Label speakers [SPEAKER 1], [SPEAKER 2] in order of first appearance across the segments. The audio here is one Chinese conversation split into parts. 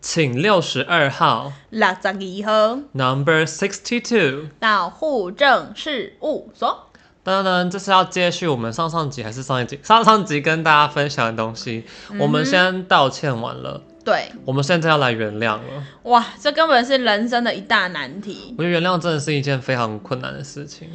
[SPEAKER 1] 请六十二号
[SPEAKER 2] 六十二号
[SPEAKER 1] （Number Sixty Two）。
[SPEAKER 2] 到户政事务所。
[SPEAKER 1] 当然，这是要接续我们上上集还是上一集？上上集跟大家分享的东西，我们先道歉完了，
[SPEAKER 2] 对，
[SPEAKER 1] 我们现在要来原谅了。
[SPEAKER 2] 哇，这根本是人生的一大难题。
[SPEAKER 1] 我觉得原谅真的是一件非常困难的事情。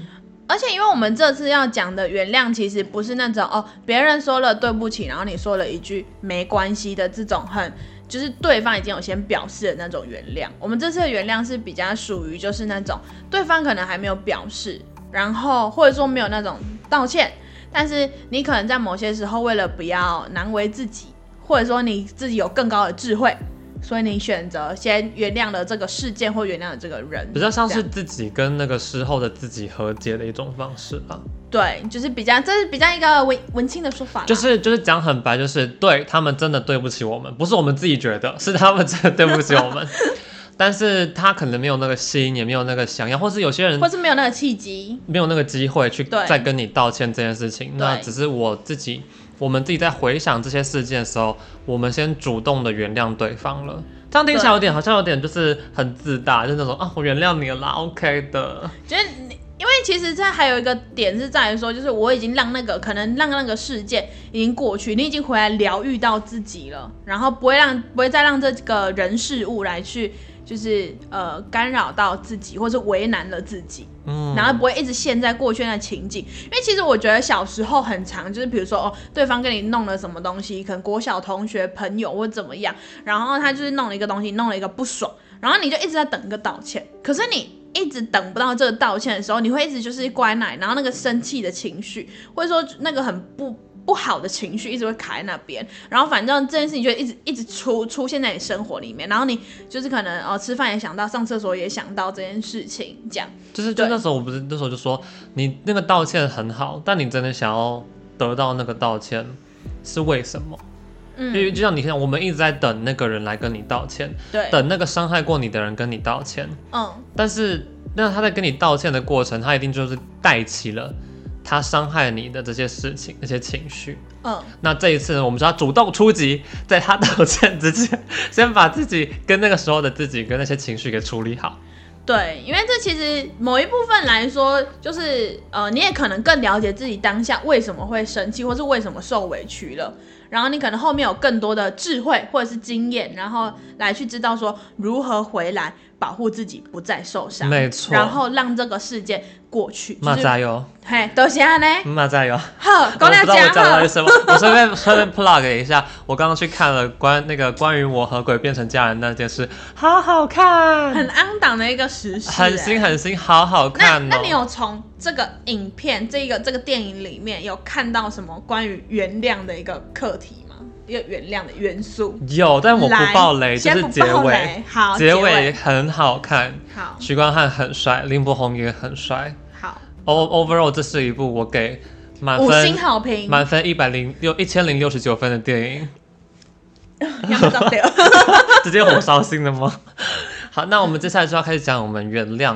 [SPEAKER 2] 而且，因为我们这次要讲的原谅，其实不是那种哦，别人说了对不起，然后你说了一句没关系的这种很，就是对方已经有先表示的那种原谅。我们这次的原谅是比较属于就是那种对方可能还没有表示，然后或者说没有那种道歉，但是你可能在某些时候为了不要难为自己，或者说你自己有更高的智慧，所以你选择先原谅了这个事件或原谅了这个人，
[SPEAKER 1] 比较像
[SPEAKER 2] 这
[SPEAKER 1] 是
[SPEAKER 2] 样
[SPEAKER 1] 自己跟那个事后的自己和解的一种方式吧，
[SPEAKER 2] 对，就是比较这是比较一个文文青的说法啦，
[SPEAKER 1] 就是就是讲很白，就是对他们真的对不起我们，不是我们自己觉得，是他们真的对不起我们，但是他可能没有那个心，也没有那个想要，或是有些人
[SPEAKER 2] 或是没有那个契机。
[SPEAKER 1] 没有那个机会去
[SPEAKER 2] 对
[SPEAKER 1] 再跟你道歉这件事情，那只是我自己，我们自己在回想这些事件的时候，我们先主动的原谅对方了。这样听起来有点好像有点就是很自大，就那种啊，我原谅你了啦，OK 的。
[SPEAKER 2] 就是你，因为其实这还有一个点是在于说，就是我已经让那个可能让那个事件已经过去，你已经回来疗愈到自己了，然后不会让不会再让这个人事物来去就是呃干扰到自己，或是为难了自己。
[SPEAKER 1] 嗯，
[SPEAKER 2] 然后不会一直陷在过去那情景，因为其实我觉得小时候很长，就是比如说哦，对方跟你弄了什么东西，可能国小同学、朋友或怎么样，然后他就是弄了一个东西，弄了一个不爽，然后你就一直在等一个道歉，可是你。一直等不到这个道歉的时候，你会一直就是乖在那里，然后那个生气的情绪，或者说那个很不不好的情绪，一直会卡在那边。然后反正这件事情就一直一直出出现在你生活里面，然后你就是可能哦吃饭也想到，上厕所也想到这件事情，这样。
[SPEAKER 1] 就是就
[SPEAKER 2] 对
[SPEAKER 1] 那时候我不是那时候就说你那个道歉很好，但你真的想要得到那个道歉是为什么？因
[SPEAKER 2] 嗯，
[SPEAKER 1] 为就像你看，我们一直在等那个人来跟你道歉，
[SPEAKER 2] 对，
[SPEAKER 1] 等那个伤害过你的人跟你道歉，
[SPEAKER 2] 嗯，
[SPEAKER 1] 但是那他在跟你道歉的过程，他一定就是带起了他伤害你的这些事情、那些情绪。
[SPEAKER 2] 嗯，
[SPEAKER 1] 那这一次呢，我们就要主动出击，在他道歉之前，先把自己跟那个时候的自己跟那些情绪给处理 好。
[SPEAKER 2] 对，因为这其实某一部分来说，就是呃，你也可能更了解自己当下为什么会生气，或是为什么受委屈了。然后你可能后面有更多的智慧或者是经验，然后来去知道说如何回来保护自己不再受伤，
[SPEAKER 1] 没错
[SPEAKER 2] 然后让这个事件过去。
[SPEAKER 1] 妈
[SPEAKER 2] 就是
[SPEAKER 1] 加油，
[SPEAKER 2] 嘿，都是安呢，
[SPEAKER 1] 妈加 油！
[SPEAKER 2] 好，
[SPEAKER 1] 我
[SPEAKER 2] 讲
[SPEAKER 1] 不知
[SPEAKER 2] 了
[SPEAKER 1] 道我讲
[SPEAKER 2] 讲啊
[SPEAKER 1] 到
[SPEAKER 2] 好
[SPEAKER 1] 底， 什么，我顺便顺便 plug 一下，我刚刚去看了关那个关于我和鬼变成家人那件事，好好看，
[SPEAKER 2] 很肮脏的一个时事、
[SPEAKER 1] 很
[SPEAKER 2] 欸
[SPEAKER 1] 新很新，好好
[SPEAKER 2] 那
[SPEAKER 1] 看哦。
[SPEAKER 2] 那你有从这个影片、这个这个电影里面有看到什么关于原谅的一个课题吗？一个原谅的元素？
[SPEAKER 1] 有，但我
[SPEAKER 2] 来
[SPEAKER 1] 不爆雷，就
[SPEAKER 2] 先
[SPEAKER 1] 是
[SPEAKER 2] 不
[SPEAKER 1] 结
[SPEAKER 2] 爆
[SPEAKER 1] 尾。
[SPEAKER 2] 雷。好，
[SPEAKER 1] 结
[SPEAKER 2] 结
[SPEAKER 1] 尾很好看，
[SPEAKER 2] 好
[SPEAKER 1] 许光汉很帅，林柏宏也很帅。
[SPEAKER 2] 好
[SPEAKER 1] O overall，这是一部我给满
[SPEAKER 2] 五
[SPEAKER 1] 分
[SPEAKER 2] 星好评，
[SPEAKER 1] 满分一百零六一千零六十九分的电影，
[SPEAKER 2] 要不要留
[SPEAKER 1] 直接火烧心了吗？ 好，那我们接下来就要开始讲我们原谅，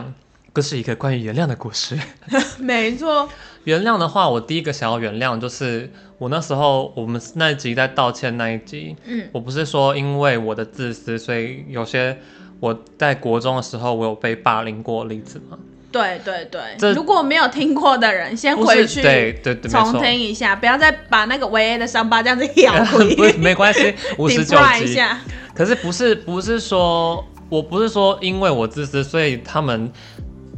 [SPEAKER 1] 这是一个关于原谅的故事。
[SPEAKER 2] 没错，
[SPEAKER 1] 原谅的话，我第一个想要原谅就是我那时候我们那一集在道歉那一集，
[SPEAKER 2] 嗯
[SPEAKER 1] 我不是说因为我的自私，所以有些我在国中的时候我有被霸凌过的例子嘛。
[SPEAKER 2] 对对对
[SPEAKER 1] 这。
[SPEAKER 2] 如果没有听过的人，先
[SPEAKER 1] 不是
[SPEAKER 2] 回去
[SPEAKER 1] 对对对，没
[SPEAKER 2] 重
[SPEAKER 1] 错
[SPEAKER 2] 听。一下，不要再把那个维 A 的伤疤这样子咬
[SPEAKER 1] 不是
[SPEAKER 2] 回。
[SPEAKER 1] 没关 系，五十九
[SPEAKER 2] defry 一
[SPEAKER 1] 集。
[SPEAKER 2] 下，
[SPEAKER 1] 可是不是不是说，我不是说因为我自私，所以他们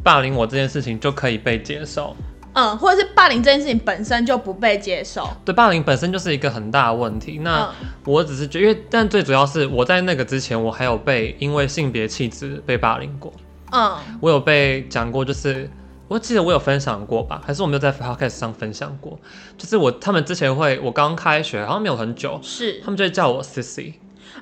[SPEAKER 1] 霸凌我这件事情就可以被接受。
[SPEAKER 2] 嗯，或者是霸凌这件事情本身就不被接受，
[SPEAKER 1] 对，霸凌本身就是一个很大的问题。那
[SPEAKER 2] 嗯
[SPEAKER 1] 我只是觉得，因为但最主要是我在那个之前，我还有被因为性别气质被霸凌过。
[SPEAKER 2] 嗯，
[SPEAKER 1] 我有被讲过，就是我记得我有分享过吧，还是我没有在 podcast 上分享过？就是我他们之前会，我刚开学好像没有很久，
[SPEAKER 2] 是
[SPEAKER 1] 他们就会叫我 sissy，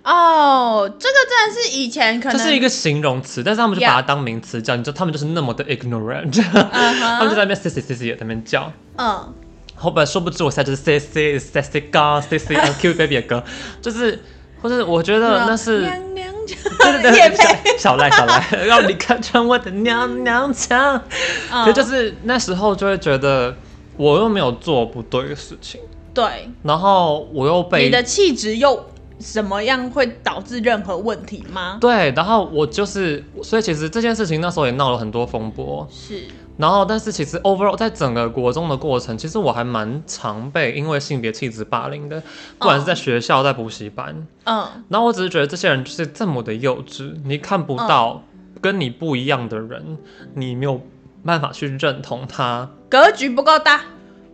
[SPEAKER 2] 哦，这个真的是以前可
[SPEAKER 1] 这
[SPEAKER 2] 能
[SPEAKER 1] 是一个形容词，但是他们就
[SPEAKER 2] Yeah
[SPEAKER 1] 把它当名词叫，你知道他们就是那 么的 ignorant，、他们就
[SPEAKER 2] 嗯
[SPEAKER 1] 在那边 sissy sissy 也在那边叫。
[SPEAKER 2] 嗯，
[SPEAKER 1] 后边殊不知我现在就是 sissy sissy 哥 sissy and cute baby 的歌，就是或者我觉得那是。
[SPEAKER 2] 娘娘
[SPEAKER 1] 对对
[SPEAKER 2] 腔也
[SPEAKER 1] 对，
[SPEAKER 2] 配，
[SPEAKER 1] 小小赖小赖，让你看穿我的娘娘腔。
[SPEAKER 2] 嗯
[SPEAKER 1] 可就是那时候就会觉得我又没有做不对的事情，
[SPEAKER 2] 对
[SPEAKER 1] 然后我又
[SPEAKER 2] 你
[SPEAKER 1] 被
[SPEAKER 2] 的气质又什么样会导致任何问题吗？
[SPEAKER 1] 对，然后我就是，所以其实这件事情那时候也闹了很多风波，
[SPEAKER 2] 是，
[SPEAKER 1] 然后但是其实 overall 在整个国中的过程，其实我还蛮常被因为性别气质霸凌的，不管是在学校、在补习班，
[SPEAKER 2] 嗯，
[SPEAKER 1] 然后我只是觉得这些人就是这么的幼稚，你看不到跟你不一样的人，你没有办法去认同他。
[SPEAKER 2] 格局不够大，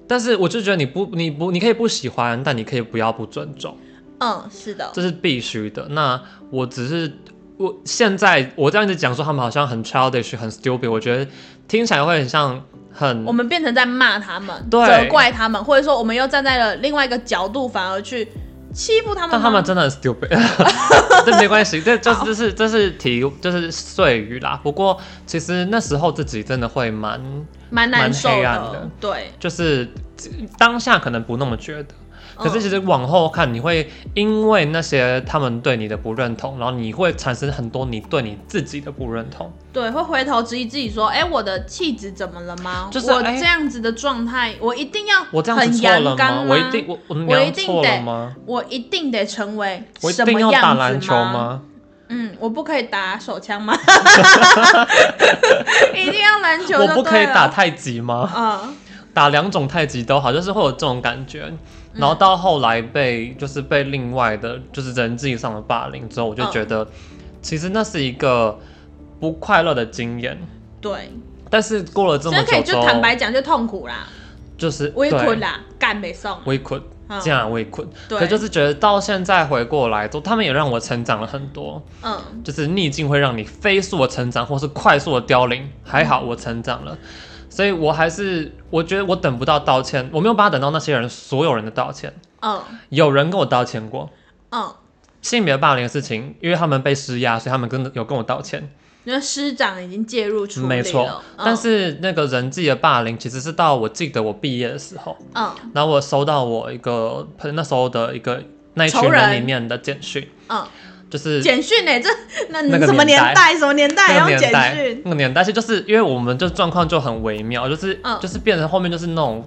[SPEAKER 1] 但是我就觉得你不，你不，你可以不喜欢，但你可以不要不尊重，
[SPEAKER 2] 嗯，是的，
[SPEAKER 1] 这是必须的。那我只是我现在我这样子讲说他们好像很 childish、很 stupid，我觉得听起来会很像很
[SPEAKER 2] 我们变成在骂他们，
[SPEAKER 1] 对
[SPEAKER 2] 责怪他们，或者说我们又站在了另外一个角度，反而去欺负他们吗。
[SPEAKER 1] 但他们真的很 stupid，这没关系，这这
[SPEAKER 2] 好
[SPEAKER 1] 这是这是题，就是碎语啦。不过其实那时候自己真的会蛮，
[SPEAKER 2] 蛮难受
[SPEAKER 1] 蛮黑暗的
[SPEAKER 2] 对。
[SPEAKER 1] 就是当下可能不那么觉得，可是
[SPEAKER 2] 嗯
[SPEAKER 1] 其实往后看，你会因为那些他们对你的不认同，然后你会产生很多你对你自己的不认同。
[SPEAKER 2] 对，会回头质疑自己说：“哎、我的气质怎么了吗？
[SPEAKER 1] 就是
[SPEAKER 2] 我
[SPEAKER 1] 哎
[SPEAKER 2] 这样子的状态，我一定要
[SPEAKER 1] 我这样子
[SPEAKER 2] 很
[SPEAKER 1] 错
[SPEAKER 2] 阳
[SPEAKER 1] 了
[SPEAKER 2] 刚啊
[SPEAKER 1] 吗？我一定我我
[SPEAKER 2] 我一
[SPEAKER 1] 娘
[SPEAKER 2] 定
[SPEAKER 1] 错
[SPEAKER 2] 得
[SPEAKER 1] 了吗？
[SPEAKER 2] 我一定得成为
[SPEAKER 1] 我一
[SPEAKER 2] 什
[SPEAKER 1] 定
[SPEAKER 2] 么
[SPEAKER 1] 要
[SPEAKER 2] 样
[SPEAKER 1] 打
[SPEAKER 2] 子
[SPEAKER 1] 篮球
[SPEAKER 2] 吗？
[SPEAKER 1] 吗？
[SPEAKER 2] 嗯，我不可以打手枪 吗？一定要篮球，
[SPEAKER 1] 我不可以打。太极吗？
[SPEAKER 2] 嗯，
[SPEAKER 1] 打两种太极都好，就是会有这种感觉。
[SPEAKER 2] 嗯
[SPEAKER 1] 然后到后来被就是被另外的，就是人际上的霸凌之后，我就
[SPEAKER 2] 嗯
[SPEAKER 1] 觉得其实那是一个不快乐的经验。
[SPEAKER 2] 对，
[SPEAKER 1] 但是过了这
[SPEAKER 2] 真
[SPEAKER 1] 么
[SPEAKER 2] 的可
[SPEAKER 1] 久
[SPEAKER 2] 以
[SPEAKER 1] 之
[SPEAKER 2] 就
[SPEAKER 1] 后，
[SPEAKER 2] 坦白讲，就痛苦啦，
[SPEAKER 1] 就是
[SPEAKER 2] 委屈
[SPEAKER 1] 对，
[SPEAKER 2] 啦，干没送。
[SPEAKER 1] 微困，
[SPEAKER 2] 嗯
[SPEAKER 1] 这样微困。可
[SPEAKER 2] 对，
[SPEAKER 1] 就是觉得到现在回过来都，他们也让我成长了很多。
[SPEAKER 2] 嗯，
[SPEAKER 1] 就是逆境会让你飞速的成长，或是快速的凋零。还好我成长了，所以我还是我觉得我等不到道歉，我没有办法等到那些人所有人的道歉。
[SPEAKER 2] 嗯，
[SPEAKER 1] 有人跟我道歉过
[SPEAKER 2] 嗯，
[SPEAKER 1] 性别霸凌的事情，因为他们被施压，所以他们跟有跟我道歉，
[SPEAKER 2] 因为师长已经介入处理了，
[SPEAKER 1] 没错。
[SPEAKER 2] 嗯
[SPEAKER 1] 但，是那个人际的霸凌其实是到我记得我毕业的时候，
[SPEAKER 2] 嗯
[SPEAKER 1] 然后我收到我一个朋那时候的一个那一群
[SPEAKER 2] 仇人
[SPEAKER 1] 人里面的简讯，
[SPEAKER 2] 嗯，
[SPEAKER 1] 就是
[SPEAKER 2] 简讯欸呢？这那
[SPEAKER 1] 那个
[SPEAKER 2] 什么
[SPEAKER 1] 年代
[SPEAKER 2] 代？什么年代
[SPEAKER 1] 那
[SPEAKER 2] 要
[SPEAKER 1] 个
[SPEAKER 2] 简
[SPEAKER 1] 年代，
[SPEAKER 2] 讯？
[SPEAKER 1] 那个年代是就是因为我们就状况就很微妙，就是、
[SPEAKER 2] 嗯
[SPEAKER 1] 就是变成后面就是那种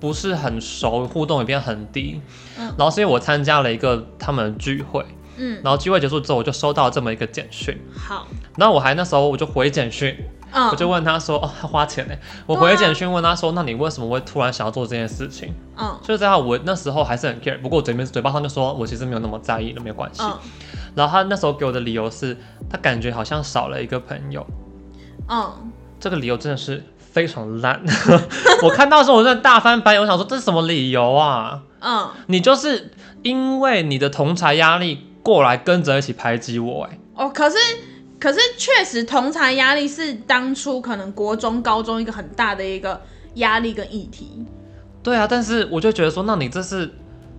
[SPEAKER 1] 不是很熟，互动也变很低。
[SPEAKER 2] 嗯
[SPEAKER 1] 然后是因为我参加了一个他们的聚会，
[SPEAKER 2] 嗯，
[SPEAKER 1] 然后聚会结束之后我就收到这么一个简讯，
[SPEAKER 2] 好，
[SPEAKER 1] 然后我还那时候我就回简讯，
[SPEAKER 2] 嗯，
[SPEAKER 1] 我就问他说哦他花钱呢，我
[SPEAKER 2] 对
[SPEAKER 1] 回
[SPEAKER 2] 啊
[SPEAKER 1] 简讯问他说那你为什么会突然想要做这件事情？
[SPEAKER 2] 嗯
[SPEAKER 1] 就是在我那时候还是很 care，不过我嘴面嘴巴上就说我其实没有那么在意了，没有关系。
[SPEAKER 2] 嗯
[SPEAKER 1] 然后他那时候给我的理由是他感觉好像少了一个朋友。
[SPEAKER 2] 嗯，
[SPEAKER 1] 这个理由真的是非常 烂。我看到的时候，我真的大翻白眼，我想说这是什么理由啊？
[SPEAKER 2] 嗯，
[SPEAKER 1] 你就是因为你的同才压力过来跟着一起排挤我、哎，
[SPEAKER 2] 哦，可是可是确实，同才压力是当初可能国中、高中一个很大的一个压力跟议题。
[SPEAKER 1] 对啊，但是我就觉得说，那你这是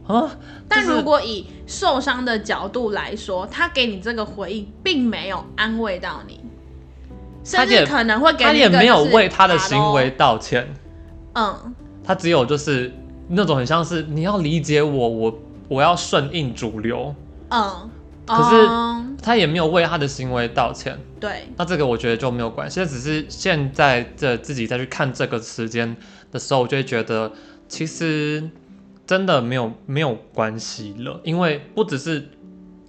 [SPEAKER 1] 啊？
[SPEAKER 2] 但
[SPEAKER 1] 就是
[SPEAKER 2] 如果以受伤的角度来说，他给你这个回应，并没有安慰到你，
[SPEAKER 1] 他
[SPEAKER 2] 甚
[SPEAKER 1] 也
[SPEAKER 2] 至可能会给
[SPEAKER 1] 他
[SPEAKER 2] 你一
[SPEAKER 1] 也
[SPEAKER 2] 个
[SPEAKER 1] 没有
[SPEAKER 2] 就是
[SPEAKER 1] 为他的行为，道歉，
[SPEAKER 2] Hello，嗯，
[SPEAKER 1] 他只有就是那种很像是你要理解我，我我要顺应主流，
[SPEAKER 2] 嗯，
[SPEAKER 1] 可是
[SPEAKER 2] 嗯
[SPEAKER 1] 他也没有为他的行为道歉。
[SPEAKER 2] 对，
[SPEAKER 1] 那这个我觉得就没有关系，只是现在这自己再去看这个时间的时候，我就会觉得其实真的没有没有关系了，因为不只是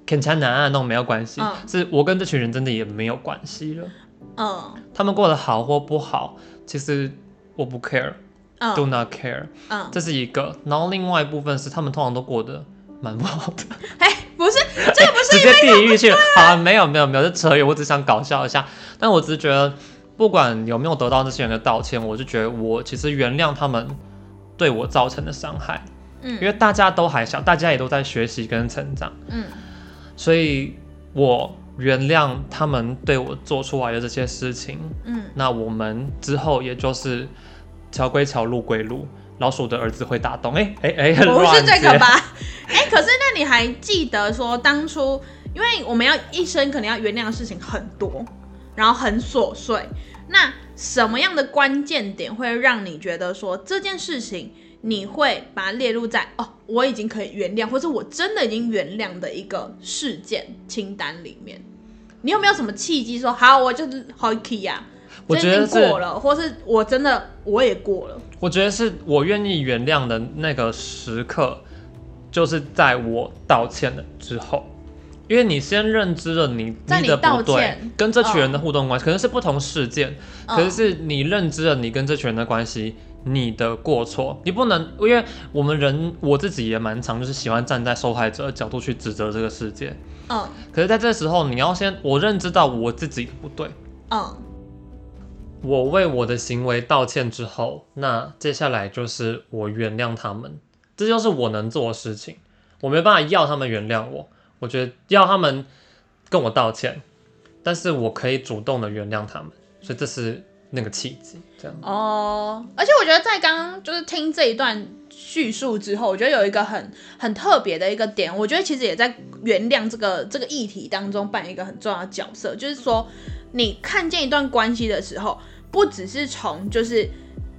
[SPEAKER 1] 肯强南岸那种没有关系，
[SPEAKER 2] 嗯
[SPEAKER 1] 是我跟这群人真的也没有关系了，
[SPEAKER 2] 嗯
[SPEAKER 1] 他们过得好或不好，其实我不 care，do
[SPEAKER 2] 嗯
[SPEAKER 1] not care，、
[SPEAKER 2] 嗯，
[SPEAKER 1] 这是一个。然后另外一部分是他们通常都过得蛮不好的。
[SPEAKER 2] 哎、不是，这个不
[SPEAKER 1] 直
[SPEAKER 2] 是
[SPEAKER 1] 接地狱
[SPEAKER 2] 啊
[SPEAKER 1] 去了。好了，没有没有没有，这扯远，我只想搞笑一下。但我只是觉得，不管有没有得到这些人的道歉，我就觉得我其实原谅他们对我造成的伤害，因
[SPEAKER 2] 嗯
[SPEAKER 1] 为大家都还小，大家也都在学习跟成长，
[SPEAKER 2] 嗯
[SPEAKER 1] 所以我原谅他们对我做出来的这些事情。
[SPEAKER 2] 嗯，
[SPEAKER 1] 那我们之后也就是桥归桥，路归路。老鼠的儿子会打洞，哎哎哎，很
[SPEAKER 2] 不是
[SPEAKER 1] 乱
[SPEAKER 2] 这
[SPEAKER 1] 接
[SPEAKER 2] 个吧？ 哎、可是那你还记得说当初，因为我们要一生可能要原谅的事情很多，然后很琐碎，那什么样的关键点会让你觉得说这件事情你会把它列入在哦，我已经可以原谅，或者我真的已经原谅的一个事件清单里面？你有没有什么契机说好，我就是 h o c k y 呀、啊，
[SPEAKER 1] 我觉得
[SPEAKER 2] 这已经
[SPEAKER 1] 是
[SPEAKER 2] 过了，或是我真的我也过了，
[SPEAKER 1] 我觉得是我愿意原谅的那个时刻，就是在我道歉了之后，因为你先认知了你
[SPEAKER 2] 在你
[SPEAKER 1] 的
[SPEAKER 2] 道
[SPEAKER 1] 不对
[SPEAKER 2] 歉，
[SPEAKER 1] 跟这群人的互动关系、可能是不同事件，可是
[SPEAKER 2] 嗯
[SPEAKER 1] 是你认知了你跟这群人的关系，你的过错，你不能，因为我们人我自己也蛮常就是喜欢站在受害者的角度去指责这个世界，
[SPEAKER 2] 嗯
[SPEAKER 1] 可是在这时候你要先我认知到我自己的不对，
[SPEAKER 2] 嗯
[SPEAKER 1] 我为我的行为道歉之后，那接下来就是我原谅他们，这就是我能做的事情。我没办法要他们原谅我，我觉得要他们跟我道歉，但是我可以主动的原谅他们，所以这是那个契机。这样，
[SPEAKER 2] 哦，而且我觉得在刚刚就是听这一段叙述之后，我觉得有一个很很特别的一个点，我觉得其实也在原谅这个这个议题当中扮演一个很重要的角色，就是说你看见一段关系的时候，不只是从就是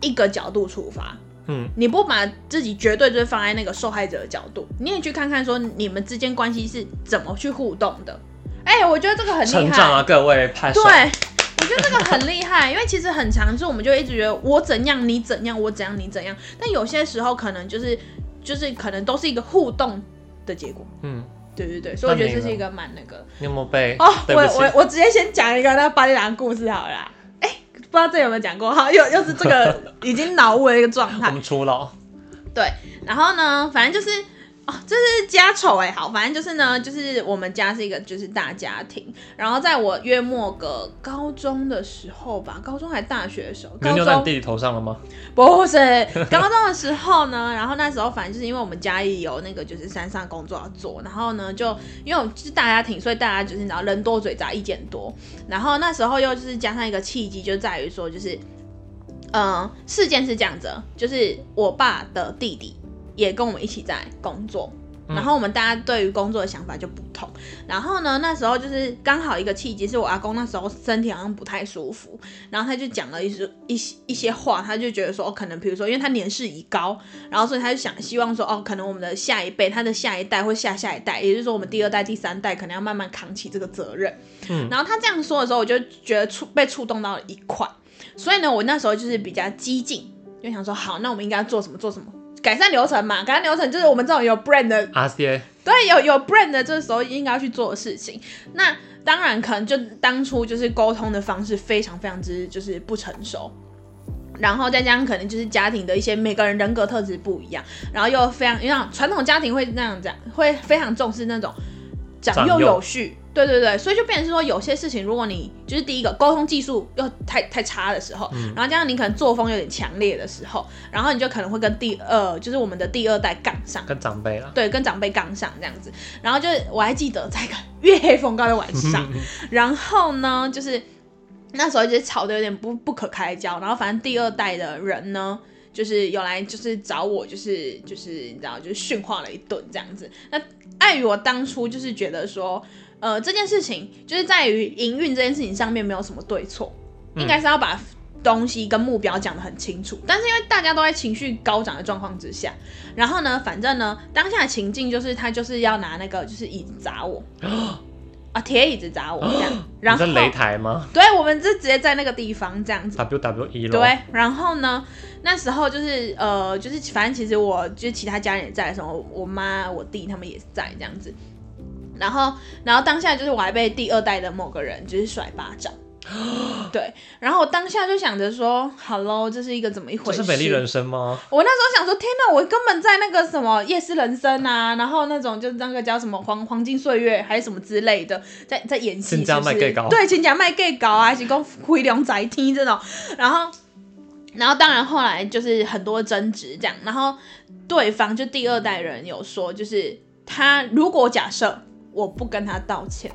[SPEAKER 2] 一个角度出发，
[SPEAKER 1] 嗯，
[SPEAKER 2] 你不把自己绝对就是放在那个受害者的角度，你也去看看说你们之间关系是怎么去互动的。哎、我觉得这个很厉
[SPEAKER 1] 成
[SPEAKER 2] 害
[SPEAKER 1] 长，啊，各位拍手
[SPEAKER 2] 对。，我觉得这个很厉害，因为其实很常就是我们就一直觉得我怎样你怎样我怎样你怎样，但有些时候可能就是就是可能都是一个互动的结果。
[SPEAKER 1] 嗯，
[SPEAKER 2] 对对对，所以我觉得
[SPEAKER 1] 那你
[SPEAKER 2] 这
[SPEAKER 1] 呢
[SPEAKER 2] 是一个蛮那个
[SPEAKER 1] 你有没有被？
[SPEAKER 2] 哦。我
[SPEAKER 1] 对不起
[SPEAKER 2] 我我直接先讲一个那个巴厘岛的故事好了啦。哎、不知道这有没有讲过，好，又又是这个已经脑雾的一个状态
[SPEAKER 1] 我。们初老，
[SPEAKER 2] 然后呢，反正就是。哦，这是家丑哎、好，反正就是呢，就是我们家是一个就是大家庭，然后在我约莫个高中的时候吧，高中还大学的时候，
[SPEAKER 1] 牛
[SPEAKER 2] 高
[SPEAKER 1] 牛在你
[SPEAKER 2] 中
[SPEAKER 1] 弟弟头上了吗？
[SPEAKER 2] 不是高中的时候呢，然后那时候反正就是因为我们家里有那个就是山上工作要啊做，然后呢就因为我是大家庭，所以大家就是你知呃道人多嘴杂，意见多，然后那时候又就是加上一个契机，就在于说就是，嗯，事件是这样子的，就是我爸的弟弟也跟我们一起在工作。
[SPEAKER 1] 嗯
[SPEAKER 2] 然后我们大家对于工作的想法就不同。然后呢，那时候就是刚好一个契机，是我阿公那时候身体好像不太舒服，然后他就讲了一些一些一些话，他就觉得说，哦，可能比如说，因为他年事已高，然后所以他就想希望说，哦，可能我们的下一辈，他的下一代或下下一代，也就是说我们第二代、第三代，可能要慢慢扛起这个责任。
[SPEAKER 1] 嗯，
[SPEAKER 2] 然后他这样说的时候，我就觉得触被触动到了一块，所以呢，我那时候就是比较激进，就想说好，那我们应该做什么做什么，改善流程嘛，改善流程就是我们这种有 brand 的
[SPEAKER 1] 阿 C A，
[SPEAKER 2] 对，有有 brand 的这时候应该要去做的事情。那当然，可能就当初就是沟通的方式非常非常之就是不成熟。然后再加上可能就是家庭的一些每个人人格特质不一样，然后又非常，因为传统家庭会那样讲，啊会非常重视那种长幼
[SPEAKER 1] 长幼
[SPEAKER 2] 有序，对对对，所以就变成是说有些事情，如果你就是第一个沟通技术又太太差的时候，然后加上你可能作风有点强烈的时候，然后你就可能会跟第二，就是我们的第二代杠上，
[SPEAKER 1] 跟长辈啊啦。
[SPEAKER 2] 对，跟长辈杠上这样子。然后就是我还记得在一个 月黑风高的晚
[SPEAKER 1] 嗯
[SPEAKER 2] 上，然后呢，就是那时候就是吵得有点不不可开交。然后反正第二代的人呢，就是有来就是找我，就是就是你知道，就是训话了一顿这样子。那碍于我当初就是觉得说，呃，这件事情就是在于营运这件事情上面没有什么对错，
[SPEAKER 1] 嗯
[SPEAKER 2] 应该是要把。东西跟目标讲得很清楚，但是因为大家都在情绪高涨的状况之下，然后呢，反正呢，当下的情境就是他就是要拿那个就是椅子砸 我，啊，铁椅子砸我这样，然
[SPEAKER 1] 你
[SPEAKER 2] 后
[SPEAKER 1] 在擂台吗
[SPEAKER 2] 对，我们就直接在那个地方这样子。
[SPEAKER 1] ？W W E 咯。
[SPEAKER 2] 对，然后呢？那时候就是呃，就是反正其实我就是其他家人也在的时候，我妈、我弟他们也在这样子。然后，然后当下就是我还被第二代的某个人就是甩巴掌，对。然后我当下就想着说，好喽，这是一个怎么一回
[SPEAKER 1] 这
[SPEAKER 2] 事？
[SPEAKER 1] 是美丽人生吗？
[SPEAKER 2] 我那时候想说，天哪，我根本在那个什么夜市人生啊，然后那种就是那个叫什么黄黄金岁月还是什么之类的，在在演戏，
[SPEAKER 1] 新疆卖 gay
[SPEAKER 2] 搞，
[SPEAKER 1] 搞
[SPEAKER 2] 对，新疆卖 gay 搞啊，还是讲回龙宅听这种，然后。然后当然后来就是很多争执这样，然后对方就第二代人有说，就是他如果假设我不跟他道歉，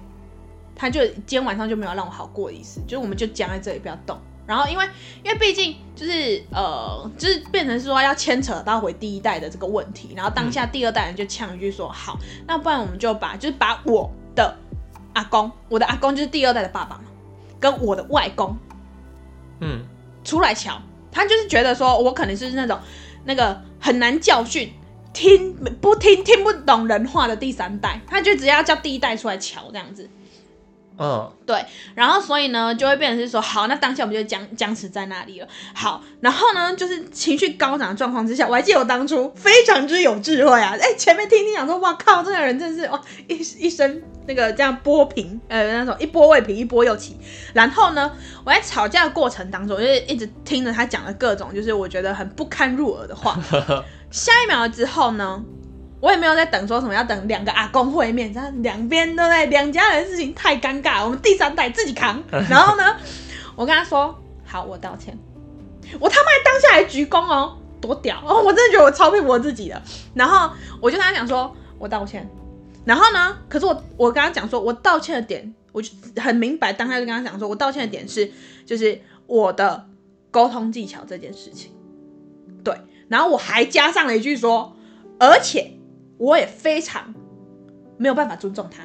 [SPEAKER 2] 他就今天晚上就没有让我好过的意思，就是我们就僵在这里不要动。然后因为因为毕竟就是呃，就是变成是说要牵扯到回第一代的这个问题，然后当下第二代人就呛一句说：“好，那不然我们就把就是把我的阿公，我的阿公就是第二代的爸爸嘛，跟我的外公
[SPEAKER 1] 嗯，
[SPEAKER 2] 出来瞧。”他就是觉得说我可能是那种那个很难教训。听不听听不懂人话的第三代，他就直接要叫第一代出来瞧这样子。
[SPEAKER 1] 嗯，
[SPEAKER 2] 然后所以呢，就会变成是说，好，那当下我们就僵僵持在那里了。好，然后呢，就是情绪高涨的状况之下，我还记得我当初非常之有智慧啊！哎，前面听听讲说，哇靠，这个人真是哇一一身那个这样波平，呃，那种一波未平一波又起。然后呢，我在吵架的过程当中，我就是一直听着他讲的各种，就是我觉得很不堪入耳的话。下一秒之后呢，我也没有在等说什么要等两个阿公会面，这样两边对不对？两家人的事情太尴尬了，我们第三代自己扛。然后呢，我跟他说好，我道歉，我他妈当下还鞠躬哦，多屌哦！我真的觉得我超佩服我自己的。然后我就跟他讲说，我道歉。然后呢，可是我我跟他讲说，我道歉的点，我就很明白，当下就跟他讲说，我道歉的点是，就是我的沟通技巧这件事情。对，然后我还加上了一句说，而且我也非常没有办法尊重他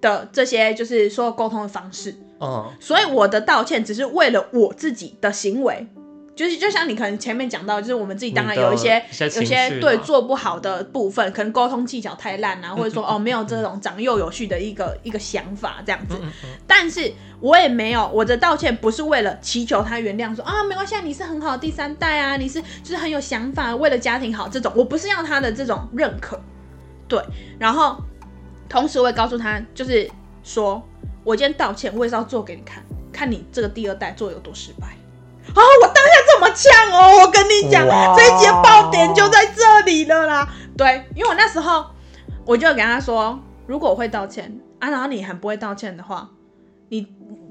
[SPEAKER 2] 的这些就是所有沟通的方式，
[SPEAKER 1] 嗯，
[SPEAKER 2] 所以我的道歉只是为了我自己的行为，就是就像你可能前面讲到，就是我们自己当然
[SPEAKER 1] 你的
[SPEAKER 2] 有一些
[SPEAKER 1] 一些
[SPEAKER 2] 有
[SPEAKER 1] 情绪
[SPEAKER 2] 些
[SPEAKER 1] 嘛嗯
[SPEAKER 2] 对做不好的部分，可能沟通技巧太烂啊，或者说哦没有这种长幼有序的一个一个想法这样
[SPEAKER 1] 嗯
[SPEAKER 2] 子，但是我也没有我的道歉不是为了祈求他原谅说啊没关系啊，你是很好的第三代啊，你是就是很有想法，为了家庭好这种，我不是要他的这种认可，对，然后同时我也告诉他，就是说我今天道歉，我也是要做给你看，看你这个第二代做得有多失败。啊、我当下这么呛哦，我跟你讲，
[SPEAKER 1] 哇
[SPEAKER 2] 这一节爆点就在这里了啦。对，因为我那时候我就给他说，如果我会道歉啊，然后你很不会道歉的话，你